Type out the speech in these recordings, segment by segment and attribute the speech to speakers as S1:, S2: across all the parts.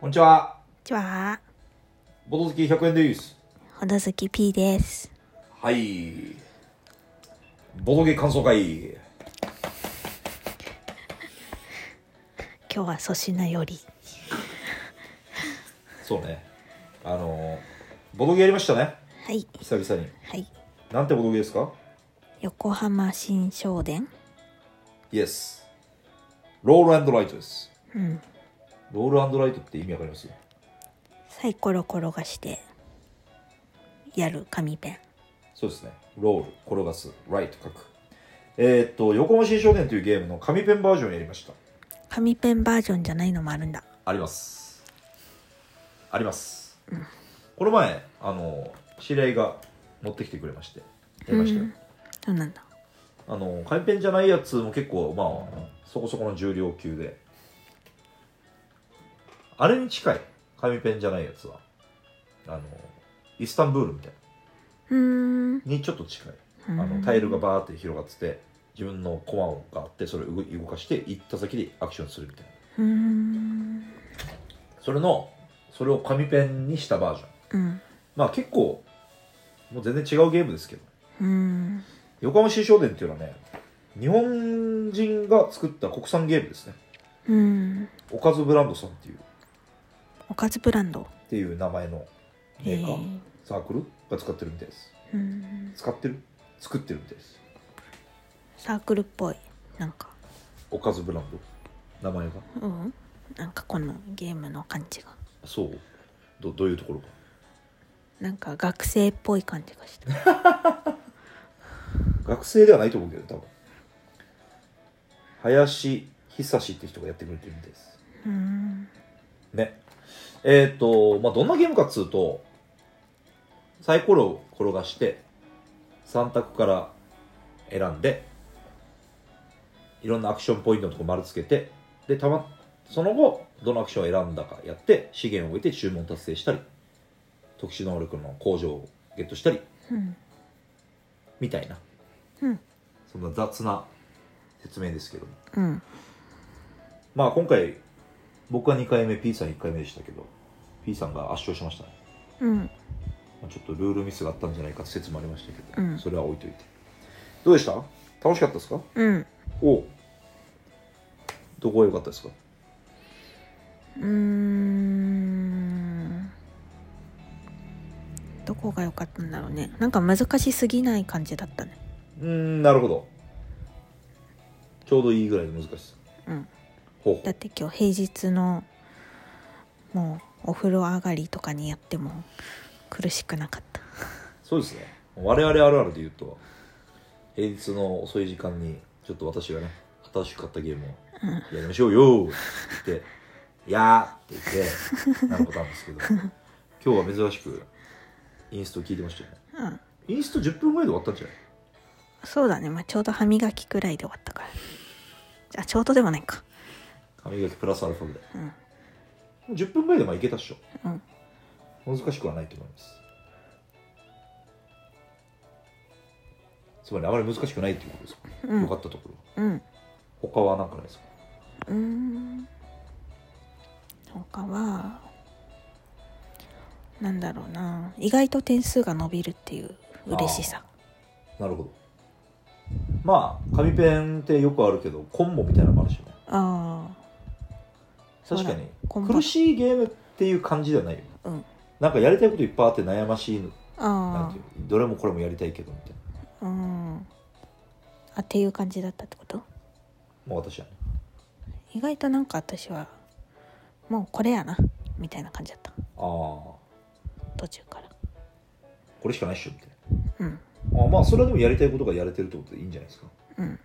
S1: こんにちは。
S2: こんにちは。
S1: ボト好き100円です。
S2: ほどずき P です。
S1: はい。ボトゲ感想会。
S2: 今日は粗品より。
S1: そうね。あの、ボトゲやりましたね。
S2: はい。
S1: 久々に。
S2: はい。
S1: なんてボトゲですか
S2: 横浜新商店。
S1: イエス。ロールアンドライトです。
S2: うん。
S1: ロールアンドライトって意味わかります
S2: サイコロ転がして。やる紙ペン。
S1: そうですね。ロール、転がす、ライト書く。えーっと、横浜新少年というゲームの紙ペンバージョンやりました。
S2: 紙ペンバージョンじゃないのもあるんだ。
S1: ありますあります、この前あの知り合いが持ってきてくれましてやりましたよ、
S2: そうなんだ。
S1: あの紙ペンじゃないやつも結構まあそこそこの重量級であれに近い紙ペンじゃないやつはあのイスタンブールみたいう
S2: ーん。
S1: にちょっと近い
S2: あ
S1: あのタイルがバーって広がってて自分のコマがあってそれを動動かして行った先でアクションするみたいな
S2: うーん。
S1: それのそれを紙ペンにしたバージョン
S2: うん。
S1: まあ結構、もう全然違うゲームですけど、
S2: うん。
S1: 横浜新商店っていうのはね、日本人が作った国産ゲームですね。
S2: うん。
S1: おかずブランドさんっていう、っ
S2: おかずブランド。
S1: ていう名前のメーカー、
S2: え
S1: サークルが使ってるみたいです。
S2: ーうん。
S1: 使ってる作ってるみたいです。
S2: サークルっぽい。なんか。
S1: おかずブランド。名前が。
S2: うん。なんかこのゲームの感じが。
S1: そう。どどういうところか。
S2: なんか学生っぽい感じがした。
S1: 学生ではないと思うけど、多分。林久志って人がやってくれてるみたいです。
S2: うん。
S1: ね。えっ、と、まあ、どんなゲームかっつうと、サイコロを転がして、3択から選んで、いろんなアクションポイントのとこ丸つけて、で、たま、その後、どのアクションを選んだかやって、資源を置いて注文達成したり、特殊能力の向上をゲットしたり、
S2: うん。
S1: みたいな、
S2: うん。
S1: そんな雑な説明ですけども
S2: うん。
S1: まあ今回、僕は2回目、P さん1回目でしたけど、P さんが圧勝しましたね。
S2: うん。
S1: まあちょっとルールミスがあったんじゃないかって説もありましたけど、
S2: うん
S1: それは置いといてどうでした楽しかったですか
S2: うん。
S1: おうどこが良かったですか
S2: うーん。どこが良かったんだろうね。なんか難しすぎない感じだったね。
S1: うーんなるほどちょうどいいぐらいの難しさ
S2: うん。
S1: ほう
S2: だって今日平日の。もうお風呂上がりとかにやっても。苦しくなかった。
S1: そうですね我々あるあるで言うと平日の遅い時間にちょっと私がね新しく買ったゲームをやりましょうよって言って「いやー」って言ってなることあるんですけど今日は珍しくインスト聞いてましたよね
S2: うん。
S1: インスト10分ぐらいで終わったんじゃない
S2: そうだね。まあ、ちょうど歯磨きくらいで終わったから。じゃあ、ちょうどでもないか。
S1: 歯磨きプラスアルファぐらい、
S2: うん
S1: もう10分ぐらいでまあいけたっしょ
S2: うん。
S1: 難しくはないと思いますつまりあまり難しくないっていうことですか、
S2: うん
S1: よかったところ
S2: うん。
S1: 他は何かないですか
S2: うーん他はなんだろうな意外と点数が伸びるっていう嬉しさ
S1: なるほどまあ紙ペンってよくあるけどコンボみたいなのもあるしね
S2: あそう
S1: 確
S2: だ
S1: かに
S2: コンボ
S1: 苦しいゲームっていう感じではないよね
S2: あうん
S1: なんかやりたいこといっぱいあって悩ましいのなん
S2: あ
S1: ていうどれもこれもやりたいけどみたいな
S2: あうんあっていう感じだったってこと
S1: もう私はね
S2: 意外となんか私はもうこれやなみたいな感じだった
S1: ああこ
S2: 途中から
S1: れしかないっしょみたいな
S2: うん
S1: あまあそれはでもやりたいことがやれてるってことでいいんじゃないですか
S2: うん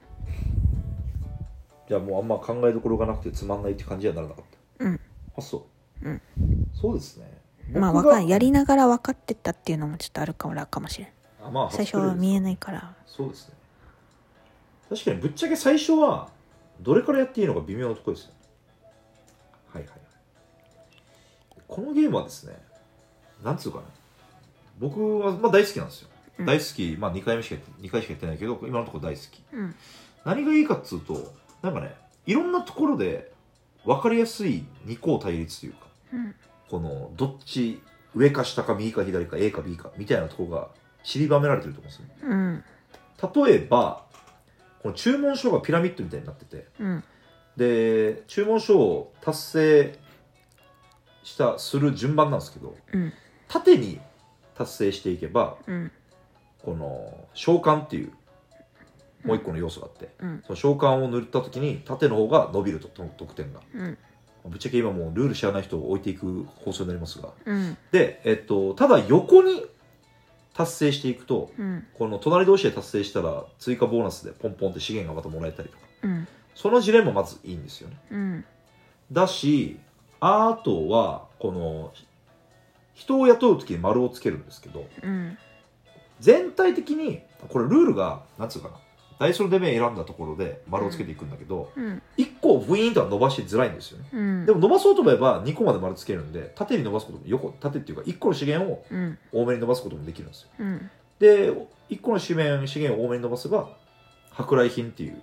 S1: じゃあもうあんま考えどころがなくてつまんないって感じにはならなかっ
S2: うん
S1: たあそう、
S2: うん
S1: そうですね
S2: まあ
S1: 僕
S2: 分
S1: が
S2: かんやりながら分かってったっていうのもちょっとあるからかもしれん
S1: あまあ
S2: 最初は見え
S1: い
S2: ないから
S1: そうですね確かにぶっちゃけ最初はどれからやっていいのか微妙なところですよはいはいこのゲームはですねなんつうかな僕は、まあ、大好きなんですよ、
S2: うん
S1: 大好き、まあ、2回目しかやって2回しかやってないけど今のところ大好き
S2: うん
S1: 何がいいかっつうとなんかねいろんなところで分かりやすい二項対立というか
S2: うん
S1: このどっち上か下か右か左か A か B かみたいなところが散りばめられてると思うんですよね
S2: うん
S1: 例えばこの注文書がピラミッドみたいになってて
S2: うん
S1: で注文書を達成したする順番なんですけど
S2: うん
S1: 縦に達成していけば
S2: うん
S1: この召喚っていうもう一個の要素があって、
S2: うん
S1: その召喚を塗った時に縦の方が伸びるとと得点が
S2: うん
S1: ぶっちゃけ今もうルール知らない人を置いていく放送になりますが
S2: うん
S1: で、えっと、ただ横に達成していくと
S2: うん
S1: この隣同士で達成したら追加ボーナスでポンポンって資源がまたもらえたりとか
S2: うん
S1: その事例もまずいいんですよね
S2: うん
S1: だしあとはこの人を雇う時に丸をつけるんですけど
S2: うん
S1: 全体的にこれルールがなんつうかなダイソルで目選んだところで丸をつけていくんだけど、
S2: うん
S1: 1個をブイーンとは伸ばしづらいんですよね
S2: うん
S1: でも伸ばそうと思えば2個まで丸つけるんで縦に伸ばすことも横縦っていうか1個の資源を
S2: うん
S1: 多めに伸ばすこともできるんですよ
S2: うん
S1: で1個の資源資源を多めに伸ばせば舶来品っていう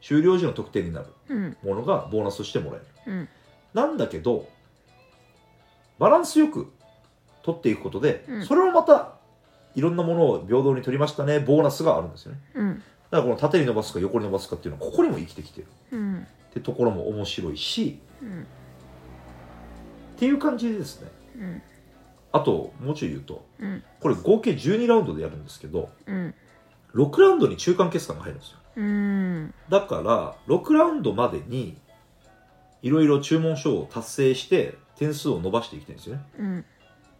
S1: 終了時の特典になる
S2: うん
S1: ものがボーナスとしてもらえる
S2: うん
S1: なんだけどバランスよく取っていくことで、
S2: うん
S1: それもまたいろんなものを平等に取りましたねボーナスがあるんですよね
S2: うん
S1: だからこの縦に伸ばすか横に伸ばすかっていうのはここにも生きてきてる
S2: うん
S1: ってところも面白いし
S2: うん
S1: っていう感じでですね
S2: うん
S1: あともうちょい言うと
S2: うん
S1: これ合計12ラウンドでやるんですけど
S2: うん
S1: 6ラウンドに中間決算が入るんですよ
S2: うん
S1: だから6ラウンドまでにいろいろ注文書を達成して点数を伸ばしていきたいんですよね
S2: うん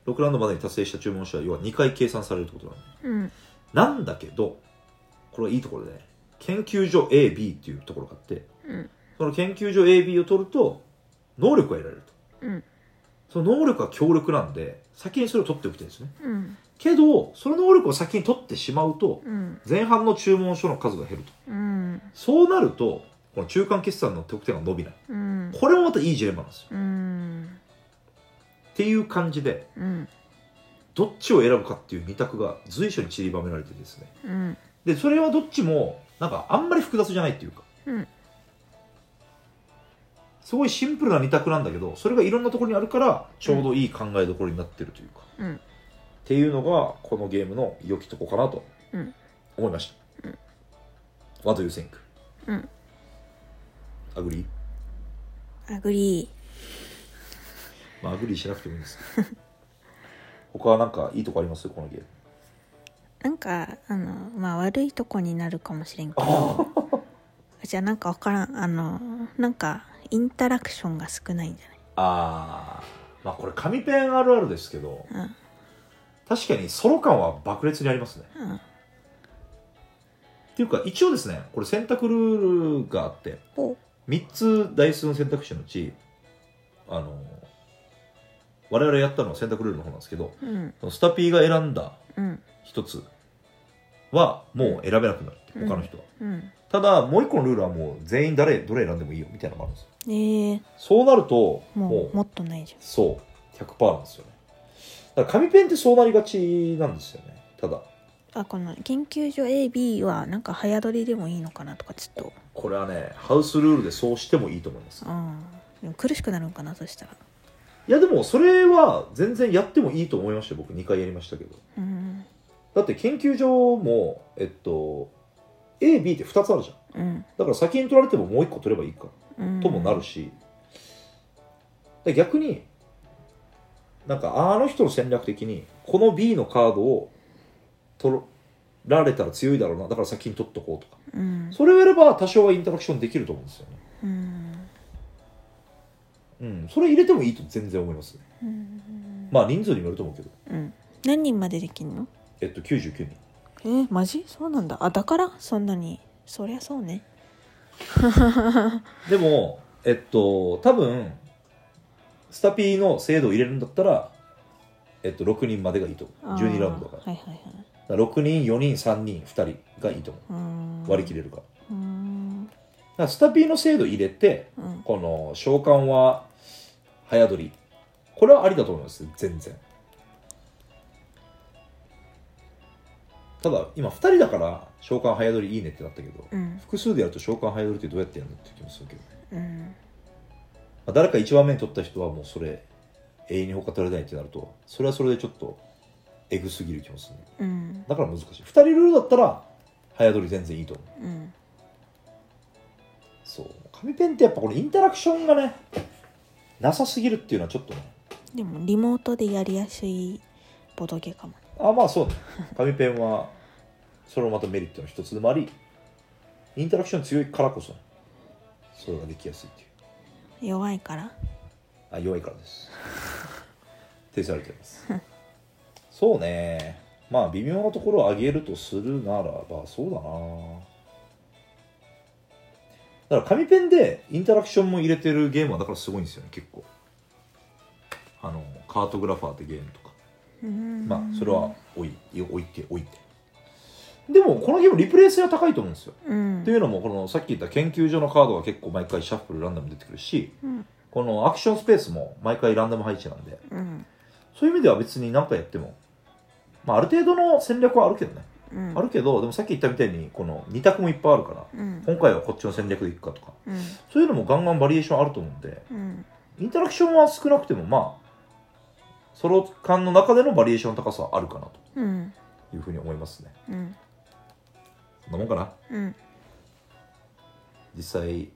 S1: 6ラウンドまでに達成した注文書は要は2回計算されるってことなんで
S2: うん
S1: なんだけど、これはいいところで、ね、研究所 AB っていうところがあって、
S2: うん
S1: その研究所 AB を取ると、能力が得られると。
S2: うん
S1: その能力が強力なんで、先にそれを取っておきたいんですね。
S2: うん
S1: けど、その能力を先に取ってしまうと、
S2: うん
S1: 前半の注文書の数が減ると。
S2: うん
S1: そうなると、この中間決算の得点が伸びない。
S2: うん
S1: これもまたいいジレンマなんですよ。
S2: うん
S1: っていう感じで、
S2: うん
S1: どっちを選ぶかっていう二択が随所に散りばめられてですね。
S2: うん
S1: で、それはどっちも、なんかあんまり複雑じゃないっていうか、
S2: うん
S1: すごいシンプルな二択なんだけどそれがいろんなところにあるからちょうどいい考えどころになってるというか、
S2: うん
S1: っていうのがこのゲームの良きとこかなと
S2: うん
S1: 思いました、What do you think?
S2: うん
S1: Agree?
S2: アグリ
S1: まあアグリーしなくてもいいんですけど 他はなんかいいとこありますこのゲーム
S2: ーなんかあのまあ悪いとこになるかもしれんけどじゃあなんか分からんあのなんかインタラクションが少ないんじ
S1: あーまあこれ紙ペンあるあるですけど
S2: ゃない
S1: 確かにソロ感は爆裂にありますね
S2: うんうん
S1: っていうか一応ですねこれ選択ルールがあって
S2: お
S1: 3つダイスの選択肢のうちあの我々やったのは選択ルールの方なんですけど
S2: うん
S1: スタピーが選んだ
S2: うん
S1: 1つはもう選べなくなるって他の人は、
S2: うん
S1: ただもう1個のルールはもう全員誰どれ選んでもいいよみたいなのがあるんですよ
S2: えー、
S1: そうなるともう
S2: もうもっとないじ
S1: そう100%なんですよねだから紙ペンってそうなりがちなんですよねただ
S2: ゃんあこの研究所 AB はなんか早撮りでもいいのかなとかちょっと
S1: これはねハウスルールでそうしてもいいと思います
S2: うんでも苦しくなるんかなそしたら
S1: いやでもそれは全然やってもいいと思いましたよ僕2回やりましたけど
S2: うん
S1: だって研究所もえっと AB って2つあるじゃん
S2: うん
S1: だから先に取られてももう1個取ればいいか
S2: うん
S1: ともなるし、で逆になんかあの人の戦略的にこの B のカードを取られたら強いだろうなだから先に取っとこうとか
S2: うん
S1: それをやれば多少はインタラクションできると思うんですよね
S2: うん
S1: うんそれ入れてもいいと全然思いますね
S2: うん
S1: まあ人数にもよると思うけど
S2: うん何人までできんの
S1: えっと99人
S2: えー、マジそうなんだあだからそんなにそりゃそうね
S1: でも、えっと、多分、スタピーの精度を入れるんだったら、えっと、6人までがいいと思う。12ラウンドだ
S2: が
S1: から。
S2: はいはいはい
S1: だから6人、4人、3人、2人がいいと思
S2: うーん
S1: う。割り切れるから。だ
S2: うーん
S1: からスタピーの精度入れて、
S2: うん
S1: この、召喚は、早取り。これはありだと思います。全然。ただ、今2人だから、召喚早取りいいねってなったけど、
S2: うん
S1: 複数でやると召喚早取りってどうやってやるのって気もするけどね。
S2: うん
S1: まあ誰か1番目に取った人はもうそれ永遠に他取れないってなるとそれはそれでちょっとエグすぎる気もするね
S2: うん
S1: だから難しい2人ルールだったら早取り全然いいと思う
S2: うん
S1: そう紙ペンってやっぱこれインタラクションがねなさすぎるっていうのはちょっとね
S2: でもリモートでやりやすいボドゲかも
S1: あまあそうね紙ペンはそれもまたメリットの一つでもありインタラクション強いからこそねそれができやすいっていう
S2: 弱いから
S1: あ弱いからです訂正されてますそうねまあ微妙なところを上げるとするならばそうだなだから紙ペンでインタラクションも入れてるゲームはだからすごいんですよね結構あのカートグラファーってゲームとか
S2: うん
S1: まあそれは置い置いて置いてでもこのゲームリプレイ性は高いと思うんですよ
S2: うん
S1: っていうのもこのさっき言った研究所のカードが結構毎回シャッフルランダムに出てくるし
S2: うん
S1: このアクションスペースも毎回ランダム配置なんで
S2: うん
S1: そういう意味では別に何回やっても、まあ、ある程度の戦略はあるけどね、
S2: うん
S1: あるけどでもさっき言ったみたいにこの2択もいっぱいあるから
S2: うん
S1: 今回はこっちの戦略でいくかとか
S2: うん
S1: そういうのもガンガンバリエーションあると思うんで
S2: うん
S1: インタラクションは少なくてもまあソロ感の中でのバリエーションの高さはあるかな
S2: うん
S1: というふうに思いますね
S2: うん
S1: そんなもんかな
S2: うん
S1: 実際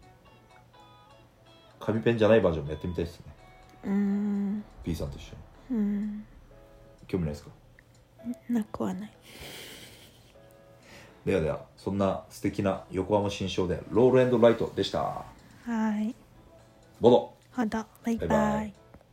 S1: 紙ペンじゃないバージョンもやってみたいですね
S2: うん
S1: P さんと一緒に
S2: うん
S1: 興味ないですか
S2: なくはない
S1: ではではそんな素敵な横浜新章でロールライトでした
S2: はーい
S1: ボド
S2: ほどバイ
S1: バ
S2: バ
S1: イバ
S2: イ
S1: イ